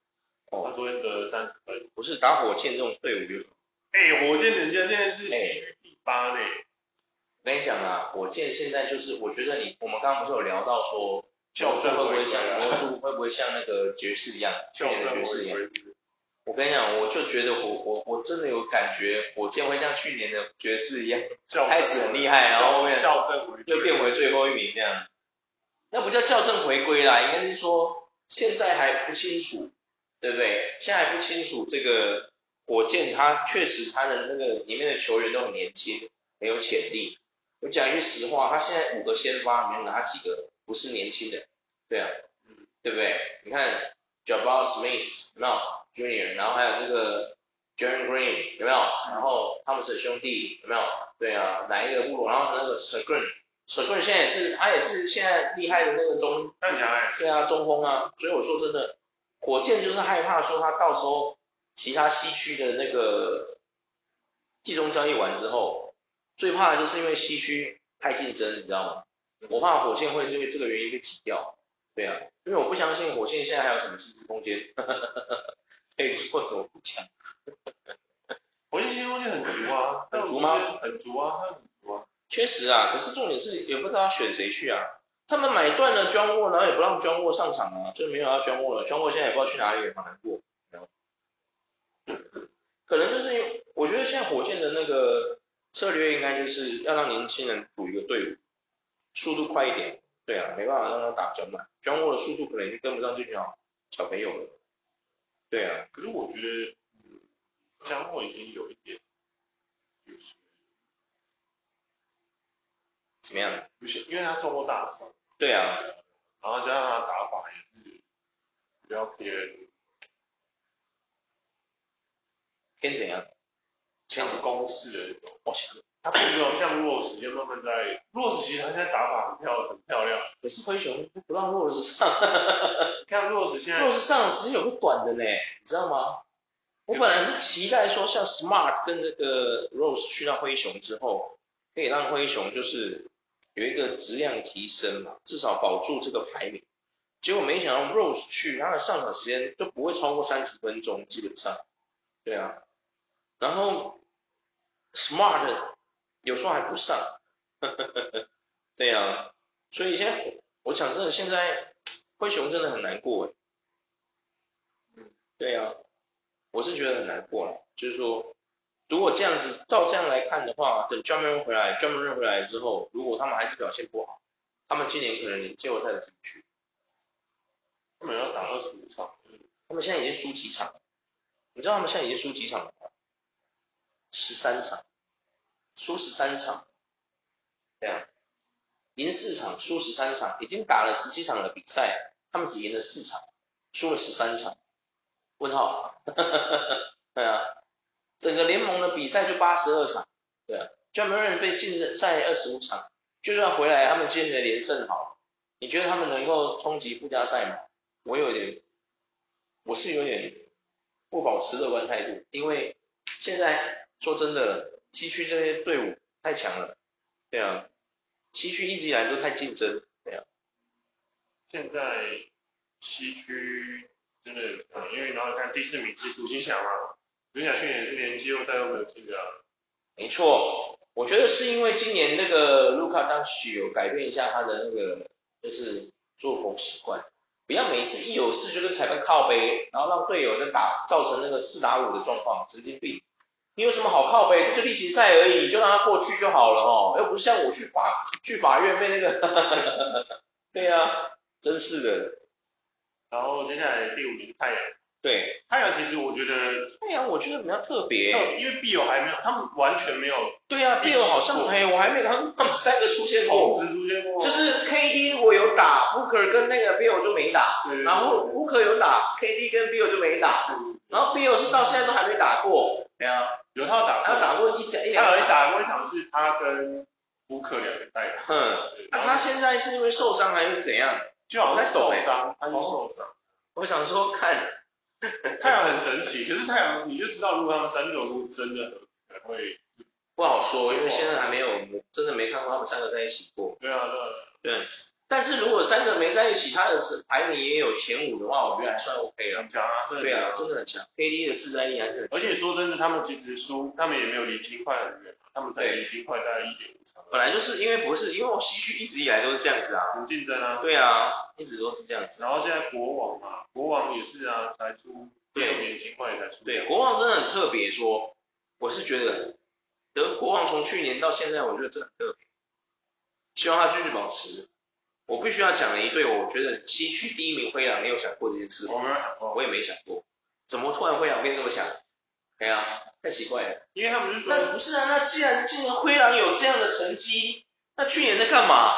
Speaker 2: 哦
Speaker 1: 他昨天得了三十分。
Speaker 2: 不是打火箭这种队伍有什么？
Speaker 1: 哎、火箭人家现在是西区第八呢，
Speaker 2: 我跟你讲啊，火箭现在就是，我觉得你我们刚刚不是有聊到说，魔术会不会像魔术会不会像那个爵士一样，去
Speaker 1: 校
Speaker 2: 年的
Speaker 1: 正
Speaker 2: 爵士一
Speaker 1: 回
Speaker 2: 样？
Speaker 1: 归。
Speaker 2: 我跟你讲，我就觉得我我我真的有感觉，火箭会像去年的爵士一样，
Speaker 1: 校
Speaker 2: 开始很厉害，然后后面
Speaker 1: 校正回归
Speaker 2: 又变回最后一名那样。那不叫校正回归啦，应该是说现在还不清楚，对不对？现在还不清楚这个火箭，他确实他的那个里面的球员都很年轻，很有潜力。我讲一句实话，他现在五个先发里面哪几个不是年轻的？对啊，对不对？你看 Jabal Smith、No Junior，然后还有这个 Jaren Green 有没有？然后汤姆森兄弟有没有？对啊，哪一个部落？然后那个 s e g r e n s e g r e n 现在也是，他也是现在厉害的那个中
Speaker 1: 看起来
Speaker 2: 对啊，中锋啊，所以我说真的，火箭就是害怕说他到时候其他西区的那个季中交易完之后，最怕的就是因为西区太竞争，你知道吗？我怕火箭会是因为这个原因被挤掉。对啊，因为我不相信火箭现在还有什么薪资空间， 可以做什么不讲。
Speaker 1: 火箭新东西很足啊，
Speaker 2: 很足吗？
Speaker 1: 很足啊，他很足啊。
Speaker 2: 确实啊，可是重点是也不知道要选谁去啊。他们买断了 John Wall，然后也不让 John Wall 上场啊，就没有要 John Wall 了。John Wall 现在也不知道去哪里了，好难过。可能就是因为我觉得现在火箭的那个策略应该就是要让年轻人组一个队伍，速度快一点。对啊，没办法让他打整满，John Wall 的速度可能就跟不上这群小小朋友了。对啊，
Speaker 1: 可是我觉得，嗯，江沃已经有一点，就是
Speaker 2: 怎么样？
Speaker 1: 不行，因为他受过大伤，
Speaker 2: 对啊，
Speaker 1: 然后加上他打法也是比较偏
Speaker 2: 偏怎样？
Speaker 1: 强攻势的那种，
Speaker 2: 我想，
Speaker 1: 他不没有像 Rose 就呃慢慢在 Rose 其实他现在打法很漂很漂亮，
Speaker 2: 可是灰熊不让 Rose 上
Speaker 1: 你看 Rose 现在
Speaker 2: ，Rose 上的时间有个短的呢，你知道吗？我本来是期待说，像 Smart 跟那个 Rose 去到灰熊之后，可以让灰熊就是有一个质量提升嘛，至少保住这个排名。结果没想到 Rose 去，他的上场时间都不会超过三十分钟，基本上。对啊，然后 Smart 有时候还不上， 对啊，所以现在我讲真的，现在灰熊真的很难过哎。对啊，我是觉得很难过了。就是说，如果这样子照这样来看的话，等专门人回来，专门人回来之后，如果他们还是表现不好，他们今年可能连季后赛都进不去。
Speaker 1: 他们要打二十五场，就是
Speaker 2: 嗯他们现在已经输几场了？你知道他们现在已经输几场了吗？十三场，输十三场，对啊，赢四场，输十三场，已经打了十七场的比赛，他们只赢了四场，输了十三场。问号， 对啊，整个联盟的比赛就八十二场，对啊，专门人被禁赛二十五场，就算回来他们今年的连胜好了，你觉得他们能够冲击附加赛吗？我有点，我是有点不保持乐观态度，因为现在说真的，西区这些队伍太强了，对啊，西区一直以来都太竞争，对啊，
Speaker 1: 现在呃西区真的，嗯，因为然后你看第四名是独行侠嘛，独行侠呃去年是连季后赛都没有进的啊，
Speaker 2: 没错，我觉得是因为今年那个卢卡当时有改变一下他的那个就是作风习惯，不要每次一有事就跟裁判靠背，然后让队友就打造成那个四打五的状况，神经病！你有什么好靠背？这就例行赛而已，你就让他过去就好了哦，又不是像我去法去法院被那个， 对呀、啊，真是的，
Speaker 1: 然后接下来第五名是太阳，
Speaker 2: 对，
Speaker 1: 太阳其实我觉得，
Speaker 2: 太阳我觉得比较特别、
Speaker 1: 因为 B 友还没有，他们完全没有
Speaker 2: 对呀、啊，队友好像哎，我还没有看他们三个出现过，
Speaker 1: 同时出现过，
Speaker 2: 就是 KD 我有打，Booker 跟那个 Bill 就没打，
Speaker 1: 对
Speaker 2: 然后 Booker 有打，KD 跟 Bill 就没打，然后 Bill 是到现在都还没打过，对啊，
Speaker 1: 有他有打
Speaker 2: 还有
Speaker 1: 过，
Speaker 2: 打过一两一
Speaker 1: 他
Speaker 2: 两
Speaker 1: 有
Speaker 2: 场，
Speaker 1: 打过一场是他跟乌克两个带的，
Speaker 2: 嗯，
Speaker 1: 对
Speaker 2: 那他现在是因为受伤还是怎样？
Speaker 1: 就好像
Speaker 2: 他
Speaker 1: 是
Speaker 2: 走
Speaker 1: 受
Speaker 2: 欸
Speaker 1: 伤，他就受伤。
Speaker 2: 我想说看，
Speaker 1: 哦太阳很神奇，可是太阳你就知道，如果他们三个如果真的合，可能会，
Speaker 2: 不好说，因为现在还没有，真的没看过他们三个在一起过。
Speaker 1: 对啊，对啊，
Speaker 2: 对，但是如果三个没在一起，他的排名也有前五的话，我觉得还算 OK 了。
Speaker 1: 很强啊，真的
Speaker 2: 对
Speaker 1: 很
Speaker 2: 啊，
Speaker 1: 强。
Speaker 2: 真的很强，KD 的自在力还是很
Speaker 1: 而且说真的，他们其实输，他们也没有离金块很远，他们才
Speaker 2: 对
Speaker 1: 离金块大概一点五场，
Speaker 2: 本来就是因为不是，因为我西区一直以来都是这样子啊。
Speaker 1: 很竞争啊。
Speaker 2: 对啊，一直都是这样子。
Speaker 1: 然后现在国王嘛，国王也是啊，才出第
Speaker 2: 对
Speaker 1: 六年金块也才出，
Speaker 2: 对，国王真的很特别说，我是觉得德国王从去年到现在，我觉得真的很特别，希望他继续保持。我必须要讲了一对，我觉得西区第一名灰狼没有想过这件事，
Speaker 1: 我们哦，
Speaker 2: 我也没想过，怎么突然灰狼变这么强？哎呀，太奇怪了。
Speaker 1: 因为他们就说
Speaker 2: 那不是啊，那既然既然灰狼有这样的成绩，那去年在干嘛？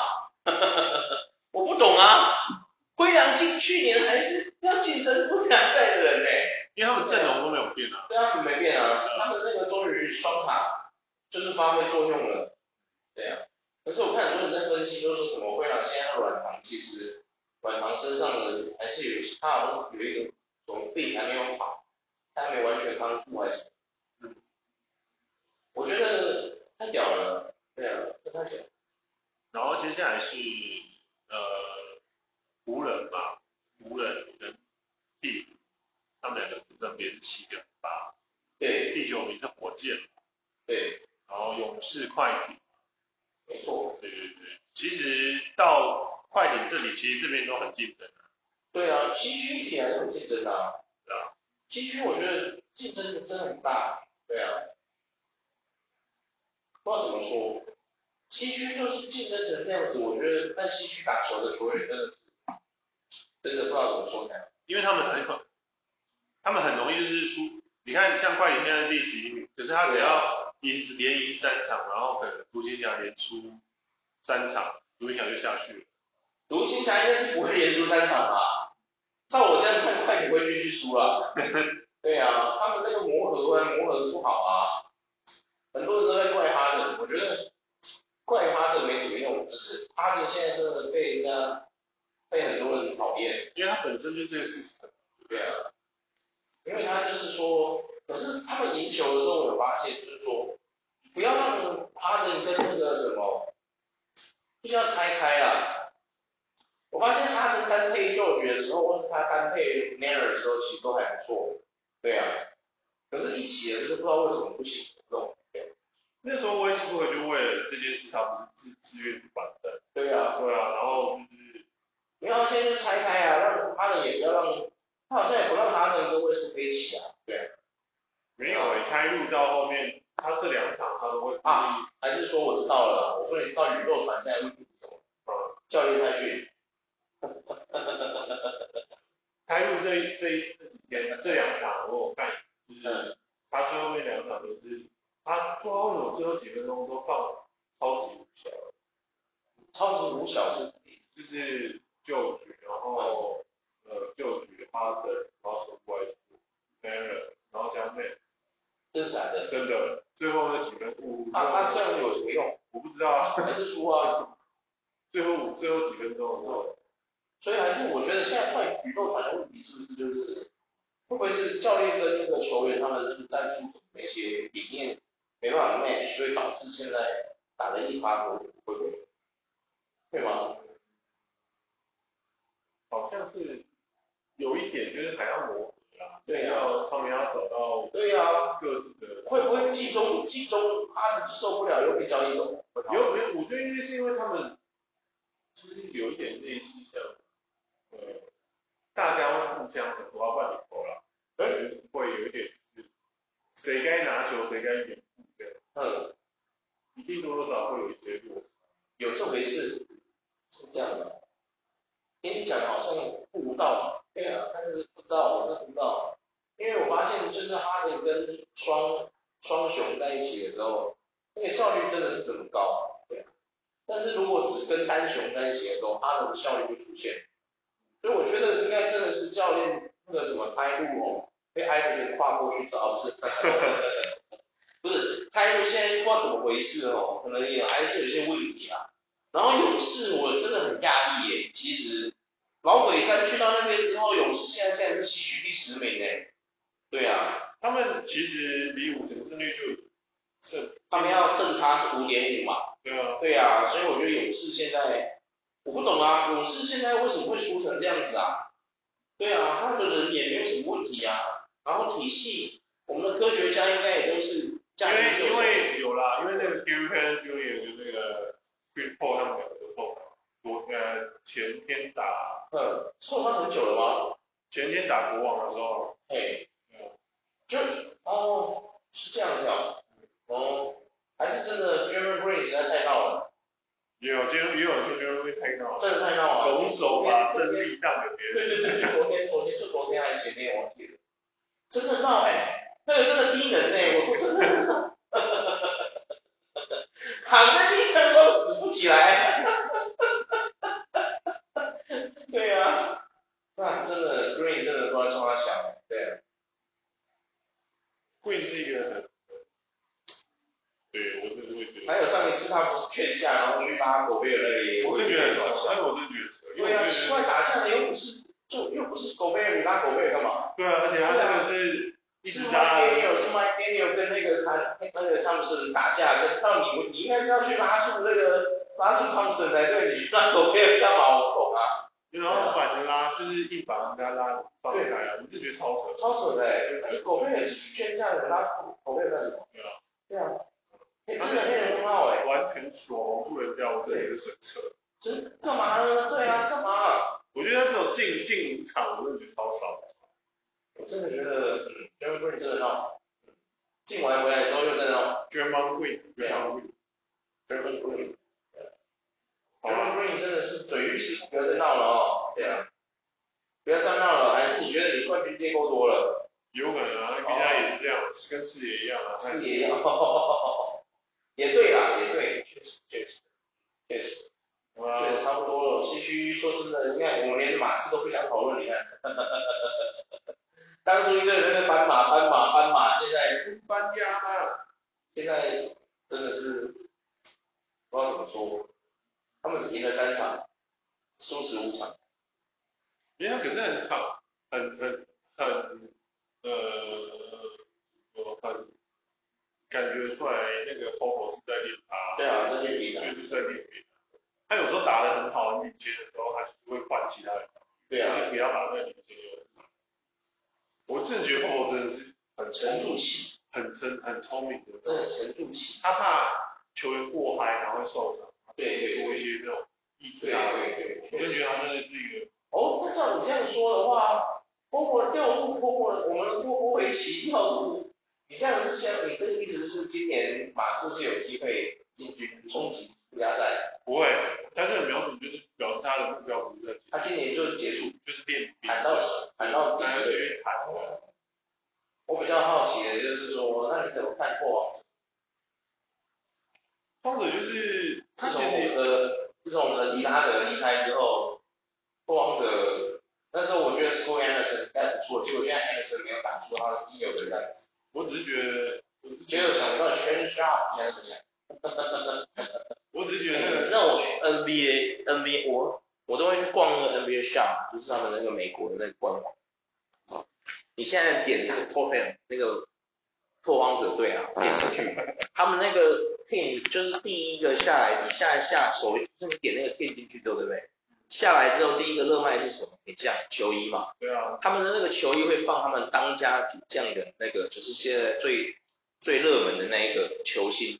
Speaker 2: 我不懂啊，灰狼进去年还是要竞争不良赛的人呢、
Speaker 1: 因为他们阵容都没有变啊，
Speaker 2: 对啊，没变啊，他们那个终于双塔就是发挥作用了，对啊。可是我看很多人在分析，就说什么灰狼现在的软糖其实软糖身上的还是有一些，他好像有一个什么病还没有好，他还没完全康复还是什么。我觉得太屌了，对啊，这太屌了。
Speaker 1: 然后接下来是呃湖人吧，湖人跟第五，他们两个分别是七跟八，
Speaker 2: 对
Speaker 1: 第九名是火箭，
Speaker 2: 对，
Speaker 1: 然后勇士、快艇，
Speaker 2: 没错，
Speaker 1: 对对对，其实到快艇这里，其实这边都很竞争，
Speaker 2: 对啊，西区一点还是很竞争的、啊，
Speaker 1: 对啊，
Speaker 2: 西区我觉得竞争真的很大，对啊，不知道怎么说，西区就是竞争成这样子，我觉得在西区打球的球员真的是，真的不知道怎么说才好，
Speaker 1: 因为他们很可，他们很容易就是输。你看，像快艇现在第十一名，可是他只要赢连赢三场，然后可能独行侠连输三场，独行侠就下去了。
Speaker 2: 独行侠应该是不会连输三场吧？照我这样看，快艇会继续输了。对啊，他们那个磨合啊，磨合不好啊，很多人都在怪哈登，我觉得怪哈登没什么用，只是哈登现在真的被人家被很多人讨厌。
Speaker 1: 因为他本身就是这个事情。
Speaker 2: 对啊，因为他就是说，可是他们赢球的时候，我发现就是说，不要让阿登跟那个什么，必须要拆开啊。我发现哈登单配 g e o 的时候，或是他单配 Nair 的时候，其实都还不错。对啊，可是一起的时候不知道为什么不行，不懂。
Speaker 1: 那时候我也是我就为了这件事，他不是自自愿完的。
Speaker 2: 对啊，
Speaker 1: 对啊，然后就是
Speaker 2: 你要现在就拆开啊，让哈登也不要让，他好像也不让哈登跟卫斯布一起啊。对啊。
Speaker 1: 没有诶、开路到后面，他这两场他都会
Speaker 2: 啊，还是说我知道了啦，我说你知道宇宙船在教练派训，
Speaker 1: 开路这一这一这几天这两场我有看，就是
Speaker 2: 嗯，
Speaker 1: 他最后面两场都是他不知道为什么最后几分钟都放超级无效，
Speaker 2: 超级五小时，
Speaker 1: 就是旧局，然后呃旧局哈登，然后从外出 m a r e 然后加内，
Speaker 2: 真的假的？
Speaker 1: 真的最后那几分五，
Speaker 2: 啊啊，这样子有什么用？
Speaker 1: 我不知道啊，
Speaker 2: 还是输啊？
Speaker 1: 最后五最后几分钟的时候，
Speaker 2: 所以还是我觉得现在怪宇宙船的问题是不是就是会不会是教练跟那个球员他们那个战术那些理念没办法 match，所以导致现在打得一塌糊涂，会不会？会吗？
Speaker 1: 好像是有一点就是还要磨合啦，
Speaker 2: 对啊
Speaker 1: 要他们要找到
Speaker 2: 对啊，
Speaker 1: 各自的。
Speaker 2: 会不会季中季中他受不了又被交易走？
Speaker 1: 有没有？我觉得因为是因为他们就是有一点类似像，呃，大家会互相很多要啊换领头啦，呃，会有一点就是谁该拿球谁该掩护这样，
Speaker 2: 嗯。
Speaker 1: 一定多多少少会有一些落差。
Speaker 2: 有这回事，是这样的。听你讲好像不无道理，对啊，但是不知道，我是不知道，因为我发现就是哈登跟双双雄在一起的时候，那个效率真的是怎么高啊，对啊。但是如果只跟单雄在一起的时候，哈登的效率就出现，所以我觉得应该真的是教练那个什么开路哦，被艾弗森跨过去找是。 不是，开路现在不知道怎么回事哦，可能也还是有一些问题啊。然后勇士我真的很讶异耶，其实老鬼山去到那边之后，勇士现在现在是西区第十名哎。对啊，
Speaker 1: 他们其实离五成胜率就胜，
Speaker 2: 他们要胜差是五点五嘛。
Speaker 1: 对啊，
Speaker 2: 对啊，所以我觉得勇士现在我不懂啊，勇士现在为什么会输成这样子啊？对啊，他们的人也没有什么问题啊，然后体系，我们的科学家应该也都是
Speaker 1: 因
Speaker 2: 价值
Speaker 1: 为
Speaker 2: 球
Speaker 1: 因为有啦，因为那个 Gary Payton Jr. 跟那个 Chris Paul 他们两个都受伤，昨呃前天打
Speaker 2: 嗯，受伤很久了吗？
Speaker 1: 前天打国王的时候，
Speaker 2: 哎，就哦，是这样子哦，哦，还是真的 Jeremy Green 实在太闹了，
Speaker 1: 也有也有也有人说觉得会太高了。
Speaker 2: 真的太闹了。
Speaker 1: 拱手把胜利让给别
Speaker 2: 对
Speaker 1: 人。
Speaker 2: 对对对，昨天昨天就昨天还是前天忘记了，真的闹哎、那个真的低能哎、我说真的，躺在地上都死不起来。对啊，那真的 Green 真的不知道冲他想，对啊。
Speaker 1: Queen 是一个很，对我真的会觉得，
Speaker 2: 还有上一次他不是劝架，然后去拉狗贝尔那里，
Speaker 1: 我真觉得很扯，但是我真觉得扯，因为
Speaker 2: 对啊，
Speaker 1: 我觉
Speaker 2: 奇
Speaker 1: 得
Speaker 2: 怪，打架的又不是，就又不是狗贝尔，你拉狗贝尔干嘛？
Speaker 1: 对啊，而且他真的是一
Speaker 2: 是
Speaker 1: 直
Speaker 2: Mike
Speaker 1: 拉，
Speaker 2: Daniel，是 Mike Daniel 跟那个他那个汤姆森打架，跟到你你应该是要去拉住那个拉住汤姆森才对，你去拉狗贝尔干嘛？我不懂啊，
Speaker 1: 然后反着拉，就是硬把人家拉放开啊，我就觉得超扯。
Speaker 2: 超扯的、欸，你狗贝尔是去劝架的，拉住狗贝尔干什么？
Speaker 1: 对啊，
Speaker 2: 对啊，哎、真的黑
Speaker 1: 啊
Speaker 2: 人问号哎、
Speaker 1: 完全锁红住人家，我真的觉得是扯。
Speaker 2: 真干嘛呢？对啊，干嘛、
Speaker 1: 我觉得他只有进进五场，我真的觉得超少。
Speaker 2: 我真的觉得，嗯，杰伦布真的闹，进完回来之后又在闹，
Speaker 1: g e r m a n Queen，German Queen，
Speaker 2: 杰伦布林，
Speaker 1: 好
Speaker 2: 杰伦
Speaker 1: 吧，
Speaker 2: 布林真的是嘴欲是不要再闹了哦，对啊，不要再闹了，还是你觉得你冠军接够多了，
Speaker 1: 有可能啊，人家也是这样，跟四爷一样啊，
Speaker 2: 是也要， 也对啦，也对，确实确实确实，
Speaker 1: 啊
Speaker 2: 确实差不多了，西区说真的，你看我们连马刺都不想讨论，你看。当初一个人在那边斑马、斑马、斑马，现在
Speaker 1: 搬家嘛。
Speaker 2: 现在真的是不知道怎么说，他们只赢了三场，输十五场，
Speaker 1: 因为他可是很好，很很很呃，我很感觉出来那个 Popo 是在练他，
Speaker 2: 对啊，那就赢了，
Speaker 1: 就是在练别人。他有时候打得很好，很领先的时候，他是会换其他人，
Speaker 2: 对啊，
Speaker 1: 就是不要把那个领先留住。我真的觉得 Popo 真的是很
Speaker 2: 沉
Speaker 1: 聪
Speaker 2: 住
Speaker 1: 明，
Speaker 2: 气，
Speaker 1: 很聪很聪明的，
Speaker 2: 真的很沉住气，
Speaker 1: 他怕球员过嗨然后会受伤，
Speaker 2: 对对
Speaker 1: 多一些那种意志
Speaker 2: 对
Speaker 1: 啊。
Speaker 2: 对对，
Speaker 1: 我就觉得他真的是一个，
Speaker 2: 哦，那照你这样说的话，波波调度，波波我们波波维奇调度，你这样是像你这个意思是今年马刺是有机会进军冲击附加赛，
Speaker 1: 不会，他这个瞄准就是表示他的目标不是在
Speaker 2: 他今年就结束，
Speaker 1: 就是练兵，
Speaker 2: 喊到喊到底
Speaker 1: 大家
Speaker 2: 对。
Speaker 1: 去谈的。
Speaker 2: 我比较好奇的就是说，那你怎么看破网？
Speaker 1: 或者就是
Speaker 2: 自
Speaker 1: 他
Speaker 2: 从
Speaker 1: 其
Speaker 2: 我们
Speaker 1: 实
Speaker 2: 的自从我们的利拉德离开之后，破王者那时候我觉得 Scoy Anderson 带不错，结果现在 Anderson 没有打出他应有的样子，
Speaker 1: 我只是觉得，我只是
Speaker 2: 结果想不到 c h a n Sharp 现在怎么样？
Speaker 1: 我只是觉得那
Speaker 2: 哎你
Speaker 1: 个
Speaker 2: 知道我去 NBA NBA 我我都会去逛那个 NBA Shop，就是他们那个美国的那个官网。哦你现在点那个 Tottenham 那个拓荒者队啊，点进去，他们那个 team 就是第一个下来，你下下手就是你点那个 team 进去对不对？下来之后第一个热卖是什么？你这样球衣嘛，
Speaker 1: 对啊，
Speaker 2: 他们的那个球衣会放他们当家主将的那个，就是现在最最热门的那一个球星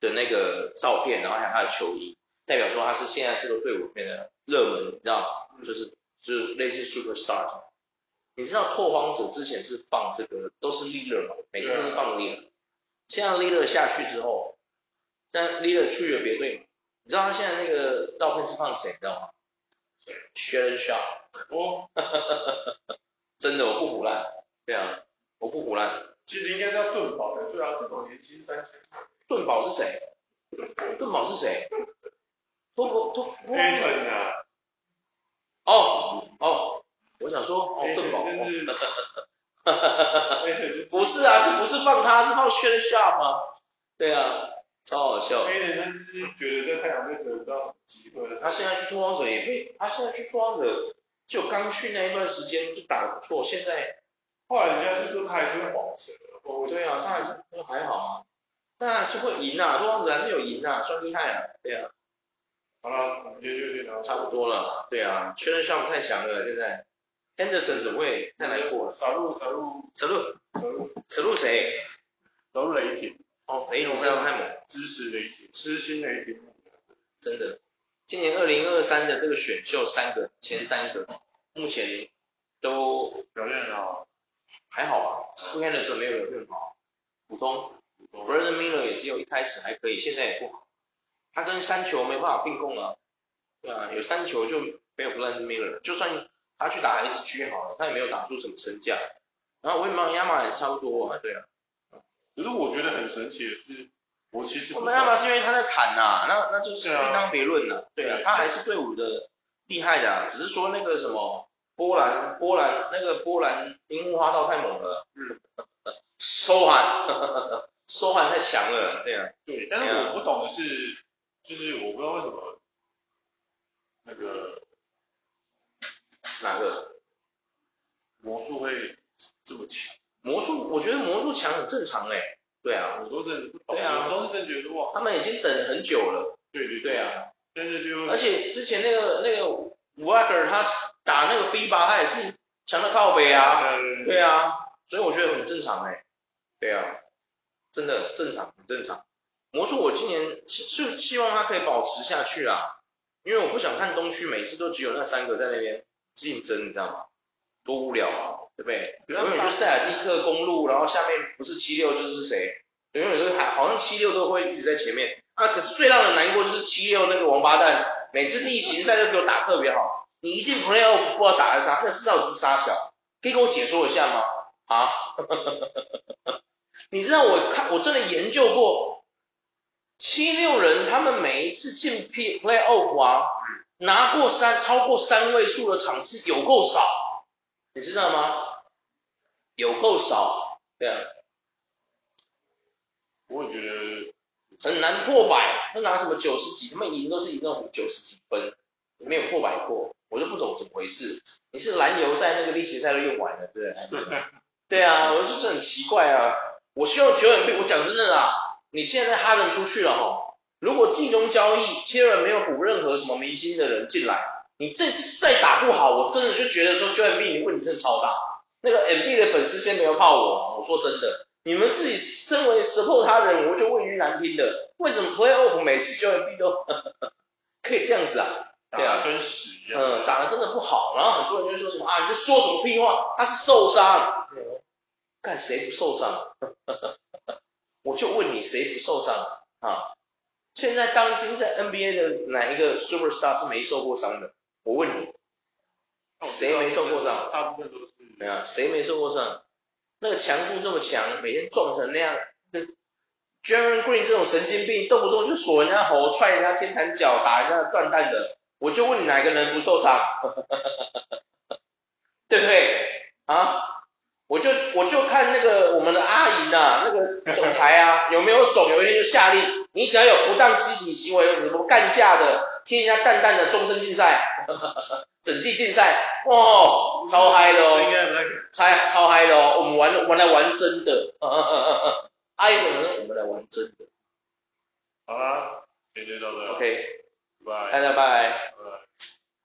Speaker 2: 的那个照片，然后还有他的球衣，代表说他是现在这个队伍里面的热门，你知道吗，就是就是类似 superstar。你知道拓荒者之前是放这个都是 leader 嘛，每次都是放 leader，现在 leader 下去之后，但 leader 去了别队嘛，你知道他现在那个照片是放谁，你知道吗
Speaker 1: 谁
Speaker 2: s h a r o n Sharp。
Speaker 1: 我
Speaker 2: 真的，我不胡乱。对啊，我不胡乱。
Speaker 1: 其实应该是要盾宝的，对啊，盾宝年薪三千，
Speaker 2: 盾宝是谁？盾宝是谁？托托托
Speaker 1: 黑粉啊，
Speaker 2: 哦哦，我想说哦，
Speaker 1: 黑
Speaker 2: 盾宝
Speaker 1: 粉真是， 黑粉就
Speaker 2: 不是啊，就不是放他，是放 s h a Sharp 吗？对啊，超好笑。
Speaker 1: 黑人真是觉得在太阳队得不到机会了，
Speaker 2: 他现在去拓荒者也没，他现在去拓荒者就刚去那一段时间就打得不错，现在
Speaker 1: 后来人家就说他还是会保持，我
Speaker 2: 对啊，他还是还好啊，但还是会赢啊，拓荒者还是有赢啊，算厉害啊，对啊。
Speaker 1: 好了，我们今天就先聊到这
Speaker 2: 差不多了，对啊，确认项目太强了，现在 Anderson 怎么会太难过了？
Speaker 1: 少入少入
Speaker 2: 扯入
Speaker 1: 少入
Speaker 2: 扯入谁？
Speaker 1: 少入雷霆，
Speaker 2: 哦，雷霆非常太猛，
Speaker 1: 支持雷霆，痴心雷霆。
Speaker 2: 真的。今年二零二三的这个选秀三个前三个，目前都
Speaker 1: 表现很好，
Speaker 2: 还好吧 s c a n d e r s o n 没有表现好，普通。
Speaker 1: 我
Speaker 2: Brandon Miller 也只有一开始还可以，现在也不好。他跟三球没办法并供了，对啊，有三球就没有 Brandon Miller。就算他去打 SG 好了，他也没有打出什么身价。然后威芒亚马也是差不多啊，对啊。
Speaker 1: 可是我觉得很神奇的是，我其实
Speaker 2: 威
Speaker 1: 不
Speaker 2: 芒亚马是因为他在砍呐、那那就是
Speaker 1: 对啊
Speaker 2: 另当别论了。对啊，
Speaker 1: 对
Speaker 2: 他还是队伍的厉害的、啊，只是说那个什么波兰波兰那个波兰樱木花道太猛了，
Speaker 1: 嗯，
Speaker 2: 收喊 收喊太强了，对啊，
Speaker 1: 对，但是我不懂的是，就是我不知道为什么那个
Speaker 2: 哪个？
Speaker 1: 魔术会这么强，
Speaker 2: 魔术，我觉得魔术强很正常哎、对啊，
Speaker 1: 我都真的不懂，
Speaker 2: 对啊
Speaker 1: 有时候是真的觉得哇，
Speaker 2: 他们已经等很久了。
Speaker 1: 对对
Speaker 2: 对，啊，
Speaker 1: 但是就
Speaker 2: 而且之前那个那个 Wagner 他打那个 FIBA 他也是强的靠北啊。
Speaker 1: 呃
Speaker 2: 对啊，所以我觉得很正常哎、对啊，真的正常，很正常。魔术我今年是是希望他可以保持下去啦，因为我不想看东区每次都只有那三个在那边竞争，你知道吗？多无聊啊，对不对？
Speaker 1: 对啊
Speaker 2: 永远就塞尔蒂克公路，然后下面不是七六就是谁，永远都是还好像七六都会一直在前面啊。可是最让人难过就是七六那个王八蛋，每次例行赛都给我打特别好，你一进 playoff 不知道打的啥，那是到底是啥小？可以跟我解说一下吗？啊？ 你知道我看我真的研究过，七六人他们每一次进 P play off 啊，拿过三超过三位数的场次有够少，你知道吗？有够少，对啊，
Speaker 1: 我也觉得
Speaker 2: 很难破百，他拿什么九十几，他们赢都是赢那种九十几分，没有破百过，我就不懂怎么回事。你是篮球在那个历史赛都用完了，对不对？对啊，我就是很奇怪啊。我希望九人被我讲真的啦，你现在哈登出去了哈，如果季中交易切尔没有补任何什么明星的人进来，你这次再打不好，我真的就觉得说 j o e B 你问题真的超大。那个 M B 的粉丝先不要泡我，我说真的，你们自己身为 support 他人，我就问句难听的，为什么 playoff 每次 j o e B 都 可以这样子啊？
Speaker 1: 打
Speaker 2: 对啊
Speaker 1: 得跟屎一样。
Speaker 2: 嗯，打的真的不好，然后很多人就说什么啊，你就说什么屁话，他是受伤，看谁不受伤？ 我就问你谁不受伤啊？现在当今在 NBA 的哪一个 superstar 是没受过伤的？我问你，
Speaker 1: 那我知道
Speaker 2: 谁没受过伤
Speaker 1: 大部分都是
Speaker 2: 没有，啊谁没受过伤？那个强度这么强，每天撞成那样，那 Jaren Green 这种神经病，动不动就锁人家喉、踹人家天坛脚、打人家断蛋的，我就问你哪个人不受伤？ 对不对？啊？我就我就看那个我们的阿姨呐、那个总裁啊，有没有种？有一天就下令，你只要有不当肢体行为，什么干架的，踢人家蛋蛋的，终身禁赛， 整季禁赛，哇、哦，超嗨的哦
Speaker 1: 这！应该不太可能。
Speaker 2: 超超嗨的哦，我们玩玩来玩真的，嗯阿姨怎么哎说我们来玩真的
Speaker 1: 好啦，今天就到这了，
Speaker 2: ？OK，哎
Speaker 1: 拜拜。
Speaker 2: 大家拜。